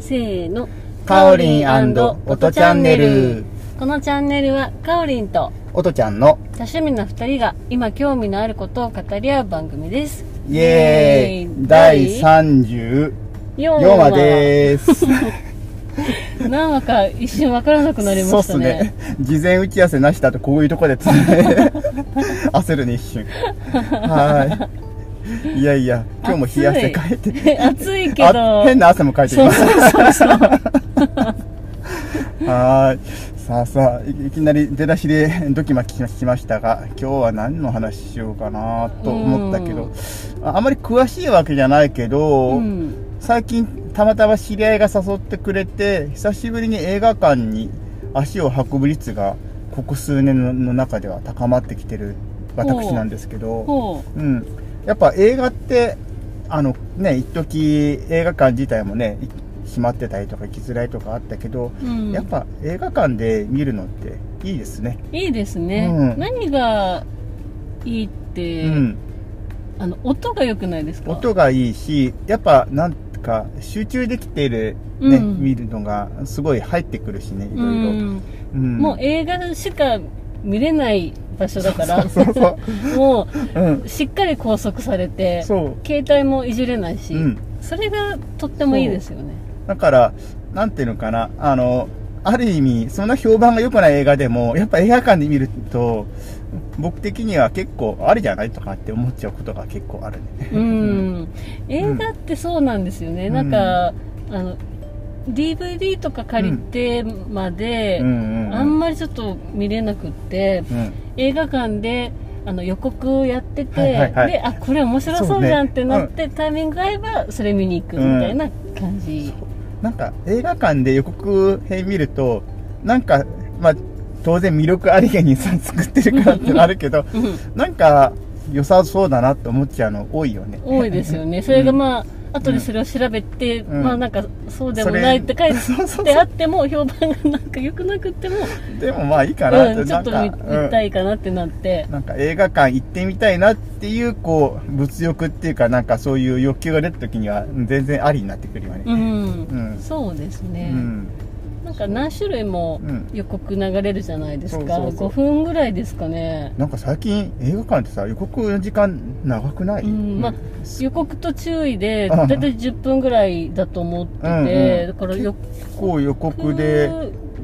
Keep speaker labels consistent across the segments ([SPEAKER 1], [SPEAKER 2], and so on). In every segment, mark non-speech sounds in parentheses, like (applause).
[SPEAKER 1] せーの
[SPEAKER 2] かおりんおとチャンネル
[SPEAKER 1] このチャンネルはかおりんと
[SPEAKER 2] おとちゃんの
[SPEAKER 1] 多趣味な2人が今興味のあることを語り合う番組です
[SPEAKER 2] イエーイ第34
[SPEAKER 1] 4
[SPEAKER 2] 話でーす (laughs)
[SPEAKER 1] 何話か一瞬分からなくなり
[SPEAKER 2] そう
[SPEAKER 1] ま
[SPEAKER 2] っ
[SPEAKER 1] した
[SPEAKER 2] す
[SPEAKER 1] ね
[SPEAKER 2] ね事前打ち合わせなしだとこういうとこでつ
[SPEAKER 1] (laughs)
[SPEAKER 2] 焦るね一瞬はーいいやいや今日も冷や汗かいて
[SPEAKER 1] 暑いけど
[SPEAKER 2] あ変な汗もかいています
[SPEAKER 1] そうそうそうそう
[SPEAKER 2] はーいさあさあいいきなり出だしでドキマキ聞きましたが今日は何の話しようかなと思ったけどああまり詳しいわけじゃないけど、
[SPEAKER 1] うん
[SPEAKER 2] 最近たまたま知り合いが誘ってくれて久しぶりに映画館に足を運ぶ率がここ数年のの中では高まってきてる私なんですけど、
[SPEAKER 1] ほ
[SPEAKER 2] うん、やっぱ映画ってあのね一時映画館自体もねい閉まってたりとか行きづらいとかあったけど、
[SPEAKER 1] う、うん、
[SPEAKER 2] やっぱ映画館で見るのっていいですね、
[SPEAKER 1] いいですね、
[SPEAKER 2] うん
[SPEAKER 1] 何がいいって、
[SPEAKER 2] うん、
[SPEAKER 1] あの音が良くないですか
[SPEAKER 2] 音がいいしやっぱなんか集中できている、ね
[SPEAKER 1] うん
[SPEAKER 2] 見るのがすごい入ってくるしねいろ
[SPEAKER 1] う
[SPEAKER 2] いろ。
[SPEAKER 1] ん
[SPEAKER 2] うん
[SPEAKER 1] もう映画しか見れない場所だから
[SPEAKER 2] そうそうそう。
[SPEAKER 1] も
[SPEAKER 2] うん。
[SPEAKER 1] うしっかり拘束されて
[SPEAKER 2] そう。
[SPEAKER 1] 携帯もいじれないし、
[SPEAKER 2] うん
[SPEAKER 1] それがとってもいいですよね
[SPEAKER 2] だから、なんていうのかな、あの、ある意味、そんな評判が良くない映画でも、やっぱ映画館で見ると、僕的には結構あるじゃないとかって思っちゃうことが結構あるね。
[SPEAKER 1] うん映画ってそうなんですよね、
[SPEAKER 2] うん
[SPEAKER 1] なんかあの DVD とか借りてまで、
[SPEAKER 2] うんうん。
[SPEAKER 1] あんまりちょっと見れなくって
[SPEAKER 2] うん。
[SPEAKER 1] 映画館であの予告やってて、
[SPEAKER 2] はいはいはい
[SPEAKER 1] であこれ面白そうじゃんってなっ
[SPEAKER 2] そ
[SPEAKER 1] て、タイミング合えばそれ見に行くみたいな感じ、
[SPEAKER 2] なんか、映画館で予告編見ると、なんか、まあ、当然魅力ありげにさ、作ってるからってのあるけど、
[SPEAKER 1] うん
[SPEAKER 2] なんか、良さそうだなって思っちゃうの多いよね。
[SPEAKER 1] 多いですよねそれがまあ、後でそれを調べて、
[SPEAKER 2] うん
[SPEAKER 1] まあなんかそうでもないって書い
[SPEAKER 2] (laughs) それそうそうそう
[SPEAKER 1] てあっても評判がなんか良くなくっても、
[SPEAKER 2] でもまあいいかなって、
[SPEAKER 1] うん、ちょ
[SPEAKER 2] な
[SPEAKER 1] っ
[SPEAKER 2] ん
[SPEAKER 1] と
[SPEAKER 2] か
[SPEAKER 1] 見
[SPEAKER 2] うん
[SPEAKER 1] 見たいかなってなって、
[SPEAKER 2] なんか映画館行ってみたいなっていう、こう、物欲っていうか、なんかそういう欲求が出た時には、全然ありになってくるよ
[SPEAKER 1] う
[SPEAKER 2] ね。
[SPEAKER 1] ん
[SPEAKER 2] うん。
[SPEAKER 1] そうです
[SPEAKER 2] う
[SPEAKER 1] ね、
[SPEAKER 2] ん。
[SPEAKER 1] なんか何種類も
[SPEAKER 2] うん
[SPEAKER 1] 予告流れるじゃないですか、
[SPEAKER 2] そうそうそう
[SPEAKER 1] 5分ぐらいですかね
[SPEAKER 2] なんか最近映画館ってさ、予告の時間長くない
[SPEAKER 1] うんまあ
[SPEAKER 2] す
[SPEAKER 1] 予告と注意で
[SPEAKER 2] う
[SPEAKER 1] 大
[SPEAKER 2] ん
[SPEAKER 1] 体10分ぐらいだと思ってて、
[SPEAKER 2] うんうん
[SPEAKER 1] だから予
[SPEAKER 2] 結構予告で、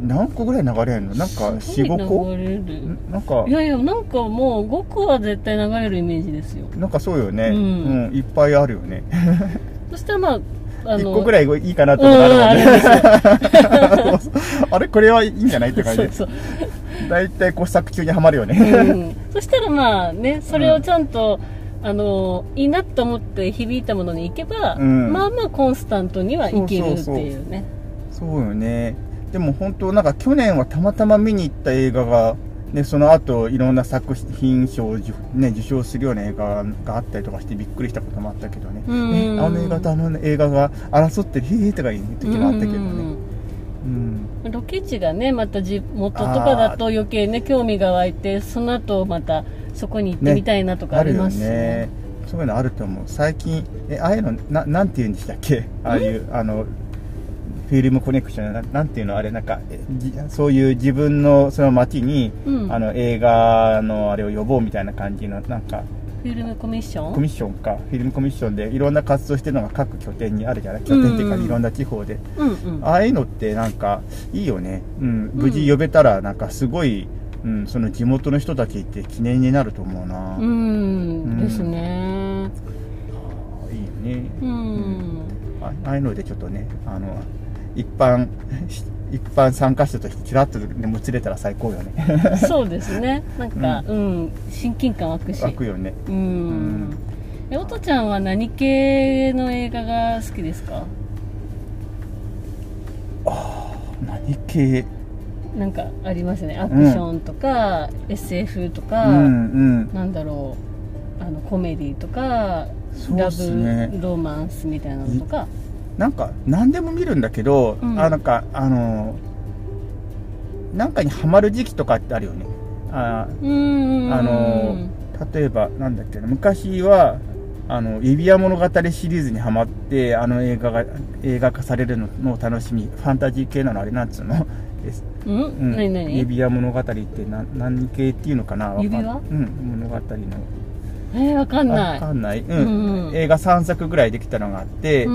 [SPEAKER 2] 何個ぐらい流れるのなんか
[SPEAKER 1] す
[SPEAKER 2] 4、
[SPEAKER 1] ごい
[SPEAKER 2] 5
[SPEAKER 1] 流
[SPEAKER 2] 個
[SPEAKER 1] れる
[SPEAKER 2] んなんか
[SPEAKER 1] い、やいやなんかもう5個は絶対流れるイメージですよ
[SPEAKER 2] なんかそうよね。
[SPEAKER 1] う
[SPEAKER 2] うんん。いっぱいあるよね。
[SPEAKER 1] そしたらまああ
[SPEAKER 2] 1個ぐ
[SPEAKER 1] らい
[SPEAKER 2] らいいいかなってことあるもんね。 (laughs) あれこれはいいんじゃないって感
[SPEAKER 1] そ
[SPEAKER 2] じで
[SPEAKER 1] う。そう、
[SPEAKER 2] 大体こう作中にはまるよ
[SPEAKER 1] う
[SPEAKER 2] ね。
[SPEAKER 1] ん、そしたらまあねそれをちゃんと、あのいいなと思って響いたものに行けば、
[SPEAKER 2] うん
[SPEAKER 1] まあまあコンスタントにはいけるって
[SPEAKER 2] そうそうそう
[SPEAKER 1] いうね
[SPEAKER 2] そうよねでも本当なんか去年はたまたま見に行った映画が、ね、その後いろんな作品賞を受,、ね、受賞するような映画があったりとかしてびっくりしたこともあったけどね、
[SPEAKER 1] うん
[SPEAKER 2] えあの映画とあの映画が争ってるへえとかいう時もあったけど
[SPEAKER 1] う
[SPEAKER 2] ね、
[SPEAKER 1] ん
[SPEAKER 2] うん
[SPEAKER 1] ロケ地がねまた地元とかだと余計ね興味が湧いてその後またそこに行ってみたいなとかあ
[SPEAKER 2] あ
[SPEAKER 1] り
[SPEAKER 2] るよ
[SPEAKER 1] ますしね
[SPEAKER 2] ねそういうのあると思う最近えああいうのななんて言うんでしたっけああいうあのフィルムコネクションななんていうのあれなんかえじそういう自分のその街に
[SPEAKER 1] うん、
[SPEAKER 2] あの映画のあれを呼ぼうみたいな感じのなんか
[SPEAKER 1] フィルムコミッション
[SPEAKER 2] コミッションかフィルムコミッションでいろんな活動してるのが各拠点にあるじゃない拠点っていうか
[SPEAKER 1] うん
[SPEAKER 2] いろんな地方で、
[SPEAKER 1] うんうん
[SPEAKER 2] ああいうのってなんかいいよね、うん、無事呼べたらなんかすごい、うん、その地元の人たちって記念になると思うな、
[SPEAKER 1] う
[SPEAKER 2] い
[SPEAKER 1] んですね
[SPEAKER 2] いよね、
[SPEAKER 1] うん
[SPEAKER 2] あああいうのでちょっとねあの一般 (laughs) し一般参加者としてキラッとでもつれたら最高よね
[SPEAKER 1] そうですねなんか、うん親近感湧くし
[SPEAKER 2] 湧くよね
[SPEAKER 1] う
[SPEAKER 2] うん
[SPEAKER 1] んえおとちゃんは何系の映画が好きですか
[SPEAKER 2] 何系
[SPEAKER 1] なんかありますねアクションとか、SF とか、
[SPEAKER 2] うんうん
[SPEAKER 1] なんだろうあのコメディとか、
[SPEAKER 2] そう
[SPEAKER 1] ラ
[SPEAKER 2] っすね
[SPEAKER 1] ブロマンスみたいなのとか
[SPEAKER 2] なんか何でも見るんだけど、
[SPEAKER 1] うん
[SPEAKER 2] あなんかあのなんかにハマる時期とかってあるよねあ
[SPEAKER 1] うーん
[SPEAKER 2] あの例えばなんだっけな昔はあの指輪物語シリーズにはまってあの映画が映画化されるののを楽しみファンタジー系なのあれなんつうの、えす
[SPEAKER 1] うん、
[SPEAKER 2] うん
[SPEAKER 1] 何何
[SPEAKER 2] 指輪物語ってな何系っていうのかなわかん
[SPEAKER 1] 指輪
[SPEAKER 2] うん物語の
[SPEAKER 1] えー、わかん
[SPEAKER 2] わ
[SPEAKER 1] ない
[SPEAKER 2] かんない、う
[SPEAKER 1] うん
[SPEAKER 2] ん
[SPEAKER 1] うん
[SPEAKER 2] 映画3作ぐらいできたのがあって、
[SPEAKER 1] う
[SPEAKER 2] う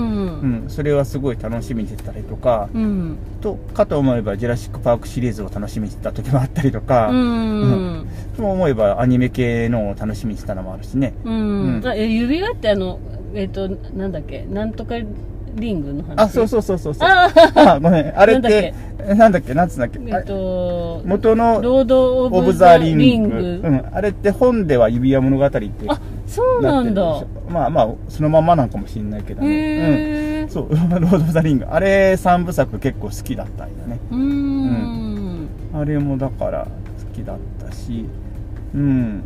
[SPEAKER 1] ん
[SPEAKER 2] んそれはすごい楽しみにしてたりとか、
[SPEAKER 1] うん
[SPEAKER 2] とかと思えば「ジュラシック・パーク」シリーズを楽しみにしてた時もあったりと
[SPEAKER 1] う
[SPEAKER 2] か、
[SPEAKER 1] ん
[SPEAKER 2] と思えばアニメ系のを楽しみにしてたのもあるしね
[SPEAKER 1] うん、
[SPEAKER 2] うん
[SPEAKER 1] あえ指輪ってあのえっ、となんだっけなんとかリングの話
[SPEAKER 2] あそう
[SPEAKER 1] う
[SPEAKER 2] そうそうそうそう
[SPEAKER 1] あー
[SPEAKER 2] あごめんあれってなんだっけなんつうんだっけ
[SPEAKER 1] えっ、
[SPEAKER 2] あれ
[SPEAKER 1] と
[SPEAKER 2] 元の
[SPEAKER 1] ロード・オ
[SPEAKER 2] オ
[SPEAKER 1] ブ・
[SPEAKER 2] ブ・
[SPEAKER 1] ザ・
[SPEAKER 2] ザ・リ
[SPEAKER 1] リ
[SPEAKER 2] ン
[SPEAKER 1] ン
[SPEAKER 2] グ
[SPEAKER 1] グ
[SPEAKER 2] うん、あれって本では指輪物語ってなってるでし
[SPEAKER 1] あそうなんだ
[SPEAKER 2] ょまあまあそのまんまなんかもしれないけど
[SPEAKER 1] へ
[SPEAKER 2] ね、
[SPEAKER 1] え
[SPEAKER 2] うん、そう「ロード・オ (laughs) ブ・ザ・リング」あれ3部作結構好きだったんだね
[SPEAKER 1] うーん
[SPEAKER 2] あれもだから好きだったしうん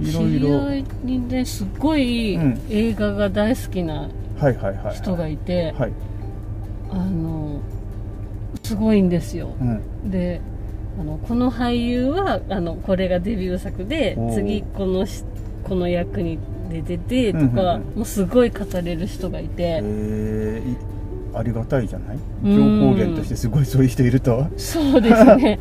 [SPEAKER 2] い
[SPEAKER 1] 知
[SPEAKER 2] ろい
[SPEAKER 1] り
[SPEAKER 2] ろ
[SPEAKER 1] 合いにねすっごい
[SPEAKER 2] うん
[SPEAKER 1] 映画が大好きな
[SPEAKER 2] はいはいはい
[SPEAKER 1] 人がいて、
[SPEAKER 2] はい、
[SPEAKER 1] あのすごいんですよ
[SPEAKER 2] うん、
[SPEAKER 1] であのこの俳優はあのこれがデビュー作で
[SPEAKER 2] おー
[SPEAKER 1] 次このしこの役に出ててとか、
[SPEAKER 2] うんうんうん
[SPEAKER 1] もうすごい語れる人がいて、
[SPEAKER 2] えー、いありがたいじゃない
[SPEAKER 1] うん
[SPEAKER 2] 情報源としてすごいそういう人いると
[SPEAKER 1] そうです
[SPEAKER 2] (laughs)
[SPEAKER 1] ね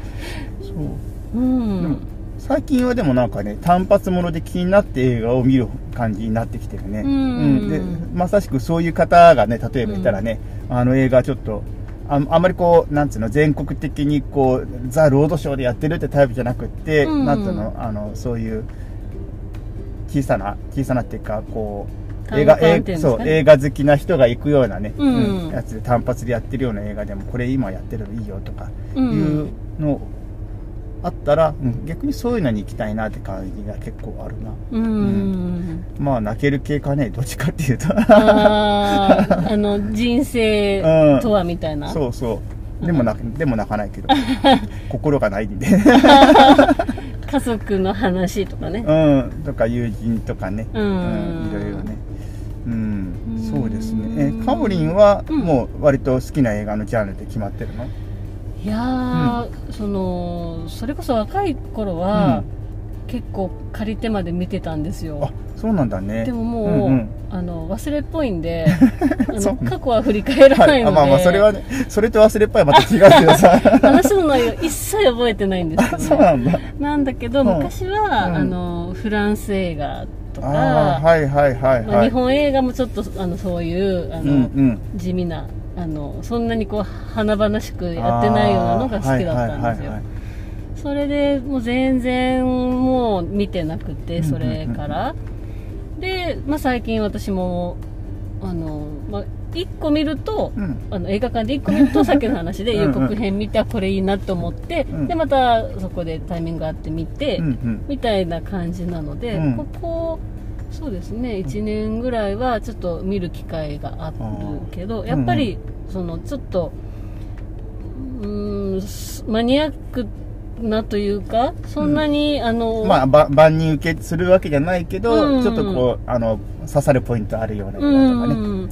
[SPEAKER 2] そう
[SPEAKER 1] う
[SPEAKER 2] でも
[SPEAKER 1] ん
[SPEAKER 2] 最近はでもなんかね単発もので気になって映画を見る感じになってきてるね、
[SPEAKER 1] うん
[SPEAKER 2] でまさしくそういう方がね例えばいたらね、あの映画ちょっとああまりこうなんつうの全国的にこうザ・ロードショーでやってるってタイプじゃなくって、
[SPEAKER 1] うん
[SPEAKER 2] なんつうのあのそういう小さな小さなっていうかこう
[SPEAKER 1] 単
[SPEAKER 2] 映画
[SPEAKER 1] 単っていうんで
[SPEAKER 2] 映
[SPEAKER 1] すかね
[SPEAKER 2] そう映画好きな人が行くようなね、
[SPEAKER 1] うん
[SPEAKER 2] やつで単発でやってるような映画でもこれ今やってるのいいよとか
[SPEAKER 1] う
[SPEAKER 2] いうんのあったら、うん逆にそういうのに行きたいなって感じが結構あるな
[SPEAKER 1] うん、うん、
[SPEAKER 2] まあ泣ける系かねどっちかっていうと
[SPEAKER 1] あ
[SPEAKER 2] (laughs)
[SPEAKER 1] ーあの人生とはみたいな、
[SPEAKER 2] そうそうでもなでも泣
[SPEAKER 1] (laughs)
[SPEAKER 2] かないけど心がないんで
[SPEAKER 1] 家族の話とかね
[SPEAKER 2] うんとか友人とかね、
[SPEAKER 1] うん
[SPEAKER 2] いろいろねうん
[SPEAKER 1] うん
[SPEAKER 2] そうですねえカオリンは
[SPEAKER 1] うん
[SPEAKER 2] もう割と好きな映画のジャンルで決まってるの、
[SPEAKER 1] いやー、そのそれこそ若い頃は、結構借りてまで見てたんですよ
[SPEAKER 2] あそうなんだね
[SPEAKER 1] でももう、
[SPEAKER 2] んん
[SPEAKER 1] あの忘れっぽいん
[SPEAKER 2] (laughs)
[SPEAKER 1] であの
[SPEAKER 2] そう
[SPEAKER 1] 過去は振り返らな
[SPEAKER 2] はいい、
[SPEAKER 1] の
[SPEAKER 2] あ
[SPEAKER 1] で、
[SPEAKER 2] まあまあそれはねそれと忘れっぱいはまた違うけ
[SPEAKER 1] (laughs)
[SPEAKER 2] どさ
[SPEAKER 1] 話の内容一切覚えてないんですけ
[SPEAKER 2] (laughs) そ
[SPEAKER 1] ど、
[SPEAKER 2] う
[SPEAKER 1] ね、
[SPEAKER 2] なんだ
[SPEAKER 1] なんだけど、
[SPEAKER 2] うん
[SPEAKER 1] 昔は、
[SPEAKER 2] うん
[SPEAKER 1] あのフランス映画とか、
[SPEAKER 2] ああーはいはいはい
[SPEAKER 1] まあ
[SPEAKER 2] はい、
[SPEAKER 1] 日本映画もちょっとあのそういうあ
[SPEAKER 2] う
[SPEAKER 1] の、
[SPEAKER 2] んうん
[SPEAKER 1] 地味なあのそんなにこう華々しくやってないようなのが好きだったんですよ、
[SPEAKER 2] あーはいはいはいはい
[SPEAKER 1] それでもう全然もう見てなくてそれから、で、まあ、最近私もあの、まあ、1個見ると、
[SPEAKER 2] うん
[SPEAKER 1] あの映画館で1個見るとさっきの話で
[SPEAKER 2] うんうん
[SPEAKER 1] 予告編見てあこれいいなと思って、
[SPEAKER 2] うん
[SPEAKER 1] でまたそこでタイミングがあって見て、
[SPEAKER 2] うんうん
[SPEAKER 1] みたいな感じなので、
[SPEAKER 2] うん
[SPEAKER 1] ここそうですね1年ぐらいはちょっと見る機会があるけど
[SPEAKER 2] ー
[SPEAKER 1] やっぱりそのちょっとうーんすマニアックなというかそんなに、あの、
[SPEAKER 2] まあ、ば万人受けするわけじゃないけど、
[SPEAKER 1] うん
[SPEAKER 2] ちょっとこうあの刺さるポイントあるような映
[SPEAKER 1] うん
[SPEAKER 2] 画とかね、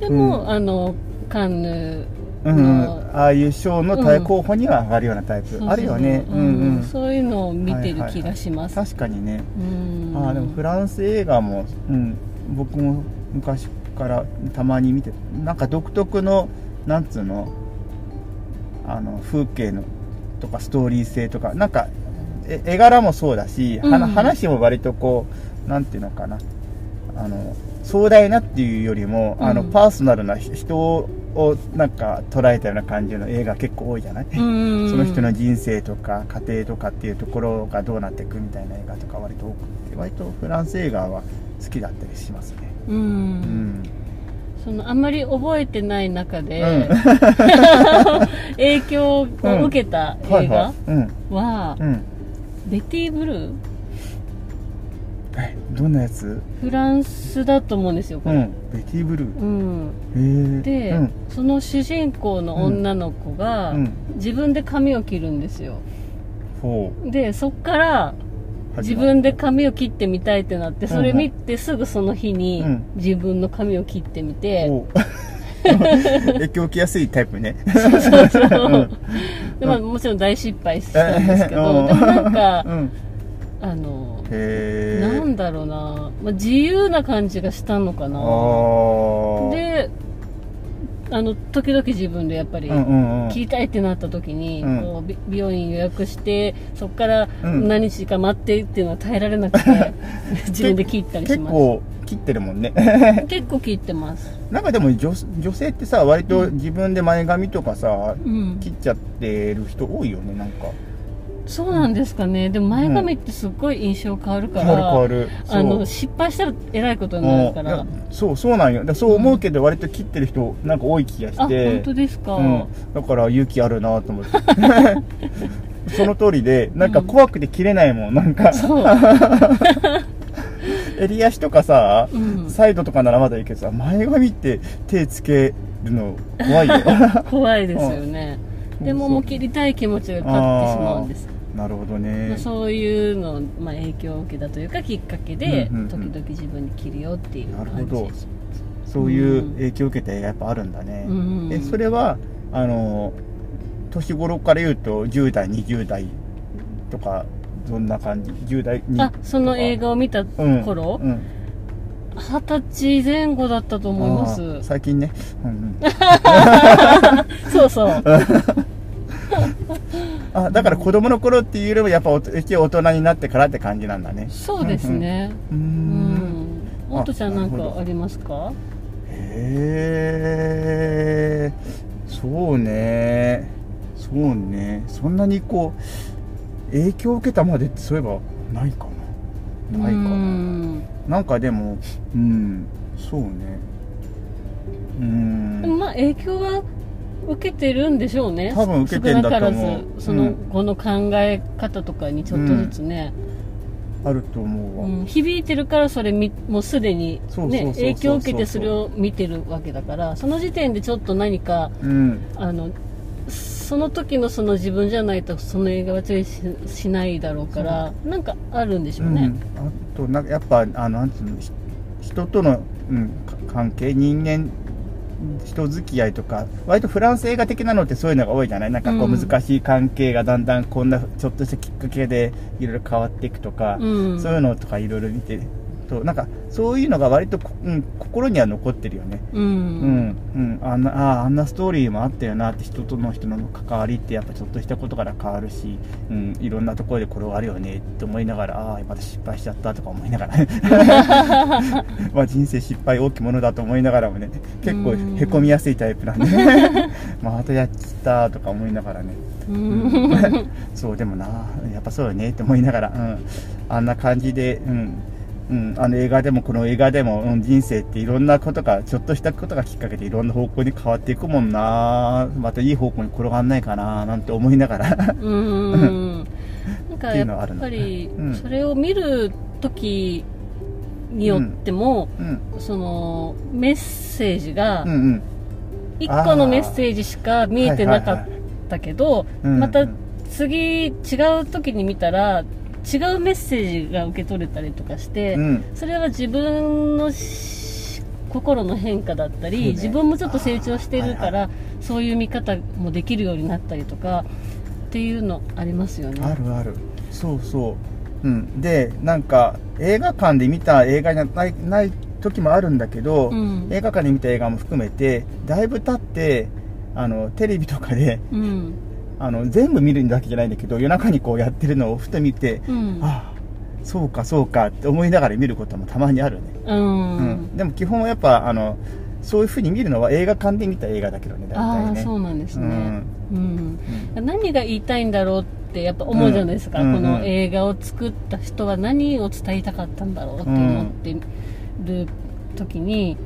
[SPEAKER 1] でも、
[SPEAKER 2] う
[SPEAKER 1] あのカンヌ
[SPEAKER 2] うん
[SPEAKER 1] うん
[SPEAKER 2] ああいう賞の
[SPEAKER 1] う
[SPEAKER 2] 対
[SPEAKER 1] ん
[SPEAKER 2] 候補には上がるようなタイ
[SPEAKER 1] そう
[SPEAKER 2] プ
[SPEAKER 1] そう
[SPEAKER 2] あるよね
[SPEAKER 1] う
[SPEAKER 2] うんんうん
[SPEAKER 1] そういうのを見てる気がします、
[SPEAKER 2] 確かにね、
[SPEAKER 1] うん
[SPEAKER 2] ああでもフランス映画も、うん、僕も昔からたまに見てなんか独特のなんつうのあの風景のとかストーリー性とかなんかえ絵柄もそうだし、はな
[SPEAKER 1] うん
[SPEAKER 2] 話も割とこうなんていうのかなあの壮大なっていうよりも、あの
[SPEAKER 1] うん
[SPEAKER 2] パーソナルなひ人をなんか捉えたような感じの映画結構多いじゃない、
[SPEAKER 1] うん
[SPEAKER 2] その人の人生とか家庭とかっていうところがどうなっていくみたいな映画とか割と多くて割とフランス映画は好きだったりしますね
[SPEAKER 1] うん
[SPEAKER 2] うん、
[SPEAKER 1] そのあんまり覚えてない中で、
[SPEAKER 2] うん
[SPEAKER 1] (laughs) 影響を受けた
[SPEAKER 2] はい
[SPEAKER 1] 映
[SPEAKER 2] は
[SPEAKER 1] 画
[SPEAKER 2] いうん
[SPEAKER 1] は、
[SPEAKER 2] うん
[SPEAKER 1] ベティ・ブルー
[SPEAKER 2] えどんなやつ
[SPEAKER 1] フランスだと思うんですよ、こ
[SPEAKER 2] う
[SPEAKER 1] れ。
[SPEAKER 2] んベティ・ブルー
[SPEAKER 1] うん
[SPEAKER 2] へー
[SPEAKER 1] で、
[SPEAKER 2] うん
[SPEAKER 1] その主人公の女の子が、
[SPEAKER 2] うん
[SPEAKER 1] 自分で髪を切るんですよ。
[SPEAKER 2] ほ
[SPEAKER 1] で、そっから
[SPEAKER 2] う
[SPEAKER 1] 自
[SPEAKER 2] 始まる
[SPEAKER 1] 分で髪を切ってみたいってなって、それ見てすぐその日に
[SPEAKER 2] うん
[SPEAKER 1] 自分の髪を切ってみて、
[SPEAKER 2] お
[SPEAKER 1] (laughs)
[SPEAKER 2] 影響を受けやすいタイプね。
[SPEAKER 1] そうそうでまあもちろん大失敗したんですけど、
[SPEAKER 2] (laughs) うん
[SPEAKER 1] でもなんか、
[SPEAKER 2] うん
[SPEAKER 1] あの、
[SPEAKER 2] へえ
[SPEAKER 1] なんだろうな、まあ、自由な感じがしたのか
[SPEAKER 2] あ
[SPEAKER 1] な
[SPEAKER 2] ー
[SPEAKER 1] であの時々自分でやっぱり
[SPEAKER 2] うんうんうん
[SPEAKER 1] 聞きたいってなった時に、
[SPEAKER 2] うん
[SPEAKER 1] こうび美容院予約してそこから
[SPEAKER 2] うん
[SPEAKER 1] 何日か待ってっていうのは耐えられなくて、
[SPEAKER 2] (laughs)
[SPEAKER 1] 自分で切ったりし
[SPEAKER 2] 結
[SPEAKER 1] ます
[SPEAKER 2] 構切ってるもんね (laughs)
[SPEAKER 1] 結構切ってます
[SPEAKER 2] なんかでも女女性ってさ割と自分で前髪とかさ、
[SPEAKER 1] うん
[SPEAKER 2] 切っちゃってる人多いよねなんか
[SPEAKER 1] そうなんですかねでも前髪ってすっごい印象変わるか
[SPEAKER 2] 変わる
[SPEAKER 1] ら、
[SPEAKER 2] 変わるそう
[SPEAKER 1] あの失敗したらえらいことになるか
[SPEAKER 2] い
[SPEAKER 1] ら
[SPEAKER 2] やそうそうなんよだからそう思うけど割と切ってる人なんか多い気が
[SPEAKER 1] あ
[SPEAKER 2] して
[SPEAKER 1] 本当ですか、
[SPEAKER 2] うん、だから勇気あるなと思って (laughs) その通りでなんか怖くて切れないもんなんか
[SPEAKER 1] そう、
[SPEAKER 2] 襟足とかさ
[SPEAKER 1] うん、
[SPEAKER 2] サイドとかならまだいいけどさ前髪って手つけるの怖
[SPEAKER 1] (laughs)
[SPEAKER 2] いよ
[SPEAKER 1] 怖いですよね、でももう切りたい気持ちが勝ってしまうんです
[SPEAKER 2] なるほど
[SPEAKER 1] まあ
[SPEAKER 2] ね
[SPEAKER 1] そういうの、まあ、影響を受けたというかきっかけで、
[SPEAKER 2] うんうんうん
[SPEAKER 1] 時々自分に切るよっていう
[SPEAKER 2] な
[SPEAKER 1] 感
[SPEAKER 2] る
[SPEAKER 1] じ
[SPEAKER 2] ほど
[SPEAKER 1] です
[SPEAKER 2] そういう影響を受けてやっぱあるんだね、
[SPEAKER 1] うんうん
[SPEAKER 2] えそれはあの年頃から言うと10代20代とかどんな感じ10代に
[SPEAKER 1] あその映画を見た
[SPEAKER 2] うん
[SPEAKER 1] 頃
[SPEAKER 2] うん
[SPEAKER 1] 二十、歳前後だったと思いま
[SPEAKER 2] あー
[SPEAKER 1] す
[SPEAKER 2] 最近ね、うん
[SPEAKER 1] そうそう
[SPEAKER 2] うん、あだから子供の頃っていうよりはやっぱお一応大人になってからって感じなんだね
[SPEAKER 1] そうですね
[SPEAKER 2] うー
[SPEAKER 1] うんんおとちゃんなんかありますか
[SPEAKER 2] へえそうねそうねそんなにこう影響を受けたまでってそういえばないかなないか
[SPEAKER 1] う
[SPEAKER 2] なんなんかでもうんそうねう
[SPEAKER 1] でも
[SPEAKER 2] ん
[SPEAKER 1] まあ影響は受けてるんでしょうね
[SPEAKER 2] 多分受けてんだと思う
[SPEAKER 1] 少なからずそうの
[SPEAKER 2] ん
[SPEAKER 1] 後の考え方とかにちょっとずつね、
[SPEAKER 2] あると思うわ、
[SPEAKER 1] うん響いてるからそれみもうすでに、
[SPEAKER 2] そうそうそうそ
[SPEAKER 1] ね、
[SPEAKER 2] う
[SPEAKER 1] 影響を受けてそれを見てるわけだからその時点でちょっと何か
[SPEAKER 2] うん
[SPEAKER 1] あのその時のその自分じゃないとその映画は注意ししないだろうからなんかあるんでしょうね、
[SPEAKER 2] うん、あとなんかやっぱあのなんつうのひ人との、うん、か関係人間人付き合いとか割とフランス映画的なのってそういうのが多いじゃないなんかこう
[SPEAKER 1] うん
[SPEAKER 2] 難しい関係がだんだんこんなちょっとしたきっかけでいろいろ変わっていくとか、
[SPEAKER 1] うん
[SPEAKER 2] そういうのとかいろいろ見てるとなんかそういうのが割とこ、うん、心には残ってるよね
[SPEAKER 1] うん
[SPEAKER 2] うん、うん、あんなあーあんなストーリーもあったよなって人との人の関わりってやっぱちょっとしたことから変わるし、うん、いろんなところでこれはあるよねって思いながらああまた失敗しちゃったとか思い
[SPEAKER 1] (laughs)
[SPEAKER 2] ながらまあ人生失敗大きいものだと思いながらもね結構
[SPEAKER 1] うん
[SPEAKER 2] へこみやすいタイプなんで (laughs) またやっちゃったとか思いながらね
[SPEAKER 1] うん
[SPEAKER 2] そうでもなやっぱそうよねって思いながら、うん、あんな感じで、うんうん、あの映画でもこの映画でも、うん、人生っていろんなことがちょっとしたことがきっかけでいろんな方向に変わっていくもんなまたいい方向に転がんないかななんて思いながら (laughs)
[SPEAKER 1] うんなんか
[SPEAKER 2] っていうのは
[SPEAKER 1] や
[SPEAKER 2] ある
[SPEAKER 1] っ
[SPEAKER 2] の
[SPEAKER 1] ぱり
[SPEAKER 2] うん
[SPEAKER 1] それを見る時によっても、
[SPEAKER 2] うん
[SPEAKER 1] そのメッセージが
[SPEAKER 2] うんうん
[SPEAKER 1] 一個のメッセージしか見えてなかったけど
[SPEAKER 2] うん
[SPEAKER 1] ま
[SPEAKER 2] う
[SPEAKER 1] た
[SPEAKER 2] ん
[SPEAKER 1] 次違う時に見たら違うメッセージが受け取れたりとかして、
[SPEAKER 2] うん
[SPEAKER 1] それは自分のし心の変化だったり、
[SPEAKER 2] そうね
[SPEAKER 1] 自分もちょっと成長してるから、
[SPEAKER 2] は
[SPEAKER 1] そういう見方もできるようになったりとかっていうのありますよね。
[SPEAKER 2] あるあるそうそう、うん、でなんか映画館で見た映画じゃないない時もあるんだけど、
[SPEAKER 1] うん
[SPEAKER 2] 映画館で見た映画も含めてだいぶ経ってあのテレビとかで
[SPEAKER 1] うん
[SPEAKER 2] あの全部見るだけじゃないんだけど夜中にこうやってるのをふと見て、
[SPEAKER 1] うん
[SPEAKER 2] ああそうかそうかって思いながら見ることもたまにあるね、
[SPEAKER 1] う
[SPEAKER 2] うん
[SPEAKER 1] ん
[SPEAKER 2] でも基本はやっぱあのそういうふうに見るのは映画館で見た映画だけどね
[SPEAKER 1] あ
[SPEAKER 2] 大体
[SPEAKER 1] あ
[SPEAKER 2] ね
[SPEAKER 1] そうなんですね、うん
[SPEAKER 2] うん
[SPEAKER 1] 何が言いたいんだろうってやっぱ思うじゃないですか、
[SPEAKER 2] うんうん
[SPEAKER 1] この映画を作った人は何を伝えたかったんだろうって思ってる時に、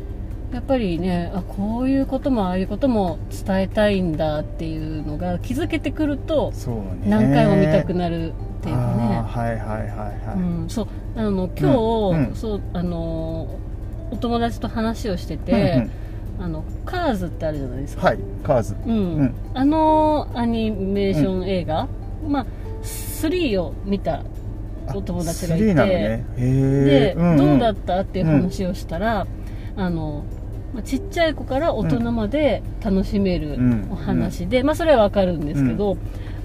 [SPEAKER 1] やっぱりねあこういうこともああいうことも伝えたいんだっていうのが気づけてくると
[SPEAKER 2] そうね
[SPEAKER 1] 何回も見たく
[SPEAKER 2] っ
[SPEAKER 1] なるっていうか
[SPEAKER 2] ああ
[SPEAKER 1] ね、
[SPEAKER 2] はいはいはいはい、
[SPEAKER 1] うん、そうあの今日、
[SPEAKER 2] うんうん
[SPEAKER 1] そうあのお友達と話をしてて、あのカーズってあるじゃないですか
[SPEAKER 2] うんうんはいカーズ
[SPEAKER 1] うん
[SPEAKER 2] うん
[SPEAKER 1] あのアニメーション映画、まあ3を見たお友達がいて
[SPEAKER 2] 3なのねへ
[SPEAKER 1] で、
[SPEAKER 2] えん
[SPEAKER 1] どうだ
[SPEAKER 2] ん
[SPEAKER 1] ったっていう話をしたら、あのまあちっちゃい子から大人まで楽しめる
[SPEAKER 2] うん
[SPEAKER 1] お話で、まあ、それはわかるんですけど、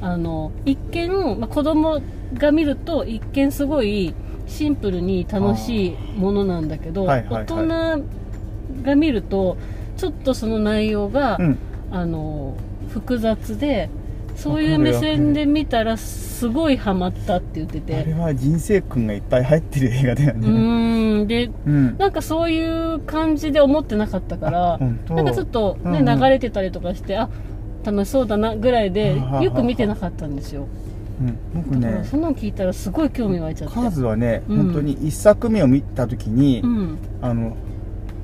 [SPEAKER 1] あの一見、まあ、子供が見ると一見すごいシンプルに楽しいものなんだけど、
[SPEAKER 2] あーはいはいは
[SPEAKER 1] 大人が見るとちょっとその内容が、
[SPEAKER 2] うん
[SPEAKER 1] あの複雑でそう
[SPEAKER 2] わ
[SPEAKER 1] いう
[SPEAKER 2] かる
[SPEAKER 1] 目
[SPEAKER 2] わ
[SPEAKER 1] 線で見たらすごいハマったって言って
[SPEAKER 2] あれ
[SPEAKER 1] て
[SPEAKER 2] は人生君がいっぱい入ってる映画だよ
[SPEAKER 1] う
[SPEAKER 2] ね
[SPEAKER 1] ーんで
[SPEAKER 2] うん
[SPEAKER 1] なんかそういう感じで思ってなかったから
[SPEAKER 2] あ本当
[SPEAKER 1] なんかちょっと、ね
[SPEAKER 2] うんうん
[SPEAKER 1] 流れてたりとかしてあ楽しそうだなぐらいで
[SPEAKER 2] ははは
[SPEAKER 1] よく見てなかったんですよ
[SPEAKER 2] うん僕
[SPEAKER 1] だから
[SPEAKER 2] ね
[SPEAKER 1] そんなの聞いたらすごい興味湧いちゃって
[SPEAKER 2] カーズはね、
[SPEAKER 1] うん
[SPEAKER 2] 本当に1作目を見た時に、
[SPEAKER 1] うん
[SPEAKER 2] あの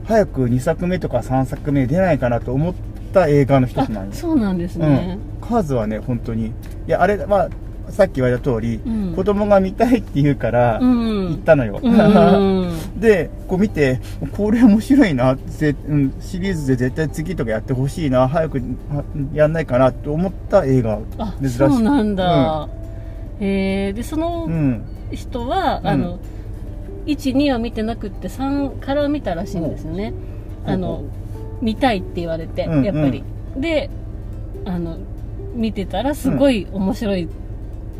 [SPEAKER 2] 早く2作目とか3作目出ないかなと思った映画の一
[SPEAKER 1] あ
[SPEAKER 2] つなんです、
[SPEAKER 1] (laughs) そうなんですね
[SPEAKER 2] うん、カーズはね本当にいやあれはさっき言われた通り、
[SPEAKER 1] うん
[SPEAKER 2] 子供が見たいって言うから
[SPEAKER 1] う
[SPEAKER 2] 行
[SPEAKER 1] ん
[SPEAKER 2] ったのよ、
[SPEAKER 1] うん
[SPEAKER 2] (laughs) でこう見てこれ面白いなぜ、うん、シリーズで絶対次とかやってほしいな早くはやんないかなと思った映画
[SPEAKER 1] あ
[SPEAKER 2] 珍しい
[SPEAKER 1] そうなんだ、えーでその、
[SPEAKER 2] うん
[SPEAKER 1] 人は、
[SPEAKER 2] うん
[SPEAKER 1] あの12は見てなくって3から見たらしいんですよね
[SPEAKER 2] ほう
[SPEAKER 1] あの見たいって言われて、
[SPEAKER 2] うんうん
[SPEAKER 1] やっぱりであの見てたらすごい面白い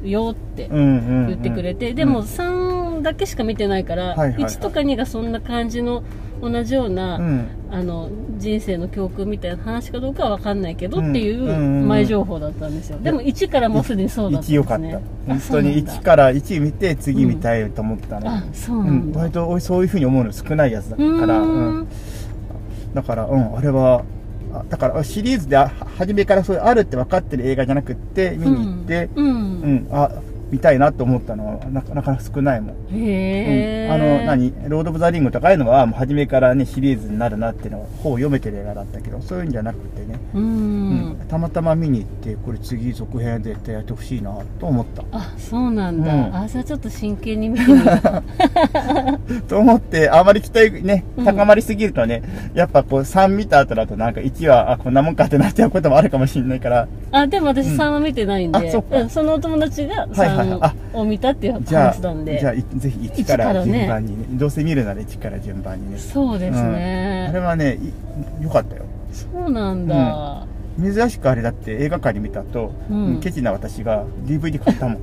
[SPEAKER 1] よって
[SPEAKER 2] うんうんうん
[SPEAKER 1] 言ってくれて、でも3だけしか見てないから、
[SPEAKER 2] はいはいはい
[SPEAKER 1] 1とか2がそんな感じの同じような、
[SPEAKER 2] うん
[SPEAKER 1] あの人生の教訓みたいな話かどうかは分かんないけど、
[SPEAKER 2] うん
[SPEAKER 1] っていう前情報だったんですよ、でも1からもうすでにそうだったん
[SPEAKER 2] 1
[SPEAKER 1] で
[SPEAKER 2] よか
[SPEAKER 1] す
[SPEAKER 2] った
[SPEAKER 1] ね
[SPEAKER 2] 本当に1から1見て次見たいと思ったの、
[SPEAKER 1] あそう
[SPEAKER 2] う
[SPEAKER 1] なん
[SPEAKER 2] ん、
[SPEAKER 1] だ、
[SPEAKER 2] 割と俺そういうふうに思うの少ないやつだか
[SPEAKER 1] う
[SPEAKER 2] ら、
[SPEAKER 1] ー
[SPEAKER 2] うん
[SPEAKER 1] ん
[SPEAKER 2] だから、うん、あれはあだからあシリーズであ初めからそういうあるって分かってる映画じゃなくって見に行って、
[SPEAKER 1] うん
[SPEAKER 2] うん
[SPEAKER 1] うん
[SPEAKER 2] あ見たいなと思ったのはなかなか少ないもん、
[SPEAKER 1] へえ、
[SPEAKER 2] うん、あの何「ロード・オブ・ザ・リング」とかああいうのはもう初めからねシリーズになるなっていうのは本を読めてる映画だったけどそういうんじゃなくてね、
[SPEAKER 1] う、
[SPEAKER 2] うんたまたま見に行ってこれ次続編で絶対やってほしいなと思った
[SPEAKER 1] あそうなんだ、
[SPEAKER 2] うん
[SPEAKER 1] あじゃあちょっと真剣に見
[SPEAKER 2] (laughs)
[SPEAKER 1] てみよう
[SPEAKER 2] と思って、あまり期待ね、
[SPEAKER 1] うん
[SPEAKER 2] 高まりすぎるとね、やっぱこう3見た後だとなんか1は、あ、こんなもんかってなっちゃうこともあるかもしれないから、
[SPEAKER 1] あでも私
[SPEAKER 2] うん
[SPEAKER 1] 3は見てないんで、
[SPEAKER 2] あそっか
[SPEAKER 1] んそのお友達が
[SPEAKER 2] はいはいはいあ
[SPEAKER 1] 3を見たっていう
[SPEAKER 2] じゃあ、
[SPEAKER 1] 話
[SPEAKER 2] じ
[SPEAKER 1] なんで、
[SPEAKER 2] ゃあいぜひ1か
[SPEAKER 1] 一かららね
[SPEAKER 2] 順番にね、どうせ見るなら1から順番にね。
[SPEAKER 1] そうです
[SPEAKER 2] うんあれ
[SPEAKER 1] ね、
[SPEAKER 2] はね、い良かったよ。
[SPEAKER 1] そうなんだ、
[SPEAKER 2] 珍しくあれだって映画館で見たと、
[SPEAKER 1] うん
[SPEAKER 2] うんケチな私が DVD 買ったもん。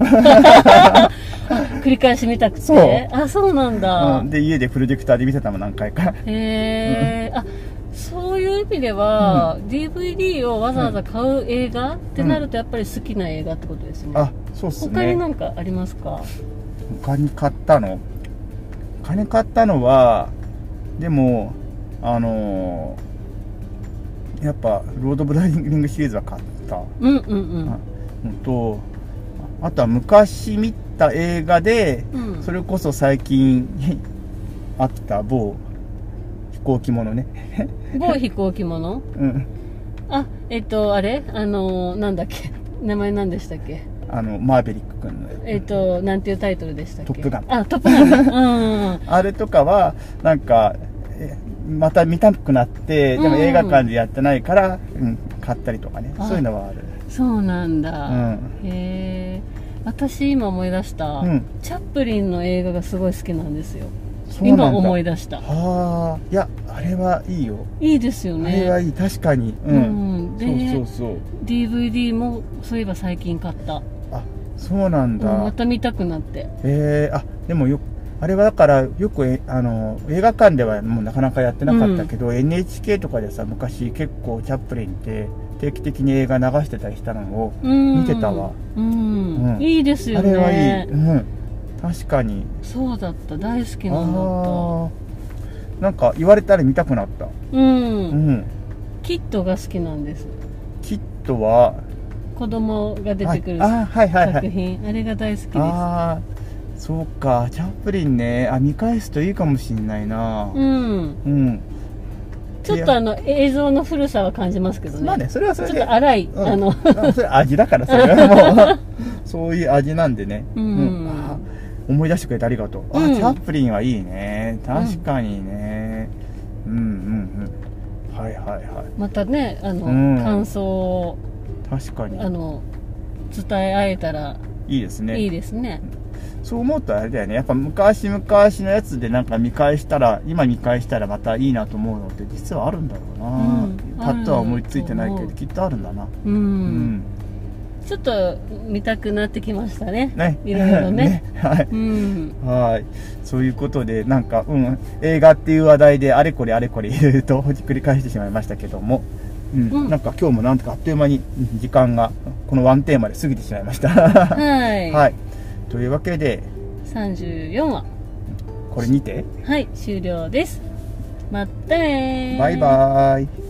[SPEAKER 1] 繰り返し見たくて
[SPEAKER 2] そう
[SPEAKER 1] (laughs) あそうなんだ、
[SPEAKER 2] うんで、家でプロジェクターで見てたもん、何回か。
[SPEAKER 1] へえ、あそういう意味では、DVD をわざわざ買う映画、ってなるとやっぱり好きな映画ってことですね、
[SPEAKER 2] あ、そうっす
[SPEAKER 1] 他に
[SPEAKER 2] ね。
[SPEAKER 1] なんかありますか
[SPEAKER 2] 他に買ったの他に買ったのはでもあのーやっぱロード・オブ・ライディングシリーズは買った
[SPEAKER 1] うんうんうん、
[SPEAKER 2] のとあとは昔見た映画で
[SPEAKER 1] うん
[SPEAKER 2] それこそ最近あった某飛行機ものね、
[SPEAKER 1] 某飛行機もの
[SPEAKER 2] うん、
[SPEAKER 1] あえっとあれあのなんだっけ (laughs) 名前なんでしたっけ
[SPEAKER 2] あのマーベリック君の
[SPEAKER 1] えっとなんていうタイトルでしたっけ
[SPEAKER 2] トップガン
[SPEAKER 1] あトップ
[SPEAKER 2] (laughs)
[SPEAKER 1] ガンだうんうん
[SPEAKER 2] あれとかはなんかえまた見たくなってでも
[SPEAKER 1] うん
[SPEAKER 2] 映画館でやってないから、うん、買ったりとかね
[SPEAKER 1] あ
[SPEAKER 2] そういうのはある
[SPEAKER 1] そうなん
[SPEAKER 2] う
[SPEAKER 1] だ、
[SPEAKER 2] ん
[SPEAKER 1] へえ私今思い出した、
[SPEAKER 2] うん
[SPEAKER 1] チャップリンの映画がすごい好きなんですよ
[SPEAKER 2] そうなんだ
[SPEAKER 1] 今思い出した
[SPEAKER 2] はあいやあれはいいよ、
[SPEAKER 1] いいですよ
[SPEAKER 2] あれは
[SPEAKER 1] ね
[SPEAKER 2] いい確かにう、
[SPEAKER 1] うんん、で
[SPEAKER 2] そうそうそう
[SPEAKER 1] DVD もそういえば最近買った、
[SPEAKER 2] あそうなんだ、
[SPEAKER 1] また見たくなって
[SPEAKER 2] えー、あでもよあれはだからよくえあの映画館ではもうなかなかやってなかったけど、NHK とかでさ昔結構チャップリンって定期的に映画流してたりしたのを、
[SPEAKER 1] うん
[SPEAKER 2] 見てたわ
[SPEAKER 1] うん、
[SPEAKER 2] うん
[SPEAKER 1] いいです
[SPEAKER 2] あ
[SPEAKER 1] よね
[SPEAKER 2] れはいい、うん、確かに
[SPEAKER 1] そうだった大好き
[SPEAKER 2] あ
[SPEAKER 1] なんだっ
[SPEAKER 2] ーなんか言われたら見たくなった、
[SPEAKER 1] たうん、
[SPEAKER 2] うん、
[SPEAKER 1] キットが好きなんです
[SPEAKER 2] キットは
[SPEAKER 1] 子供が出てくる
[SPEAKER 2] ああはいはいは
[SPEAKER 1] 作
[SPEAKER 2] い
[SPEAKER 1] 品、あれが大好きです
[SPEAKER 2] ああそうかチャップリンねあ見返すといいかもしんないな
[SPEAKER 1] うん
[SPEAKER 2] うん、
[SPEAKER 1] ちょっとあの映像の古さは感じますけどね,、
[SPEAKER 2] まあねそれは
[SPEAKER 1] ち
[SPEAKER 2] そ
[SPEAKER 1] ょっ
[SPEAKER 2] れで
[SPEAKER 1] と荒い、
[SPEAKER 2] うん
[SPEAKER 1] あの
[SPEAKER 2] あそれ味だからそれは
[SPEAKER 1] (laughs)
[SPEAKER 2] もうそういう味なんでね、
[SPEAKER 1] うん
[SPEAKER 2] あー思い出してくれてありがとうあ、
[SPEAKER 1] うん
[SPEAKER 2] チャップリンはいいね確かにね、うん、うんうんはいはいは
[SPEAKER 1] またねあの、
[SPEAKER 2] うん
[SPEAKER 1] 感想を
[SPEAKER 2] い確か
[SPEAKER 1] あ
[SPEAKER 2] に
[SPEAKER 1] の伝え合えたら
[SPEAKER 2] いいですね
[SPEAKER 1] いいですね
[SPEAKER 2] そう思うとあれだよねやっぱ昔々のやつでなんか見返したら今見返したらまたいいなと思うのって実はあるんだろうな、
[SPEAKER 1] うん
[SPEAKER 2] パッとは思いついてないけ
[SPEAKER 1] あると
[SPEAKER 2] ど
[SPEAKER 1] 思う
[SPEAKER 2] きっとあるんだな
[SPEAKER 1] うん、
[SPEAKER 2] うん
[SPEAKER 1] ちょっと見たくなってきましたね
[SPEAKER 2] (laughs) ね。
[SPEAKER 1] いろいろね
[SPEAKER 2] はい。
[SPEAKER 1] うん
[SPEAKER 2] はい。そういうことで、なんか、うん、映画っていう話題であれこれあれこれ言うと、ひっくり返してしまいましたけども、うん、
[SPEAKER 1] うん
[SPEAKER 2] なんか今日もなんとかあっという間にうん時間が、このワンテーマで過ぎてしまいま
[SPEAKER 1] (laughs)
[SPEAKER 2] した。は
[SPEAKER 1] はい、
[SPEAKER 2] い。というわけで、
[SPEAKER 1] 34話
[SPEAKER 2] これにて、
[SPEAKER 1] はい終了ですまったねー
[SPEAKER 2] バイバーイ。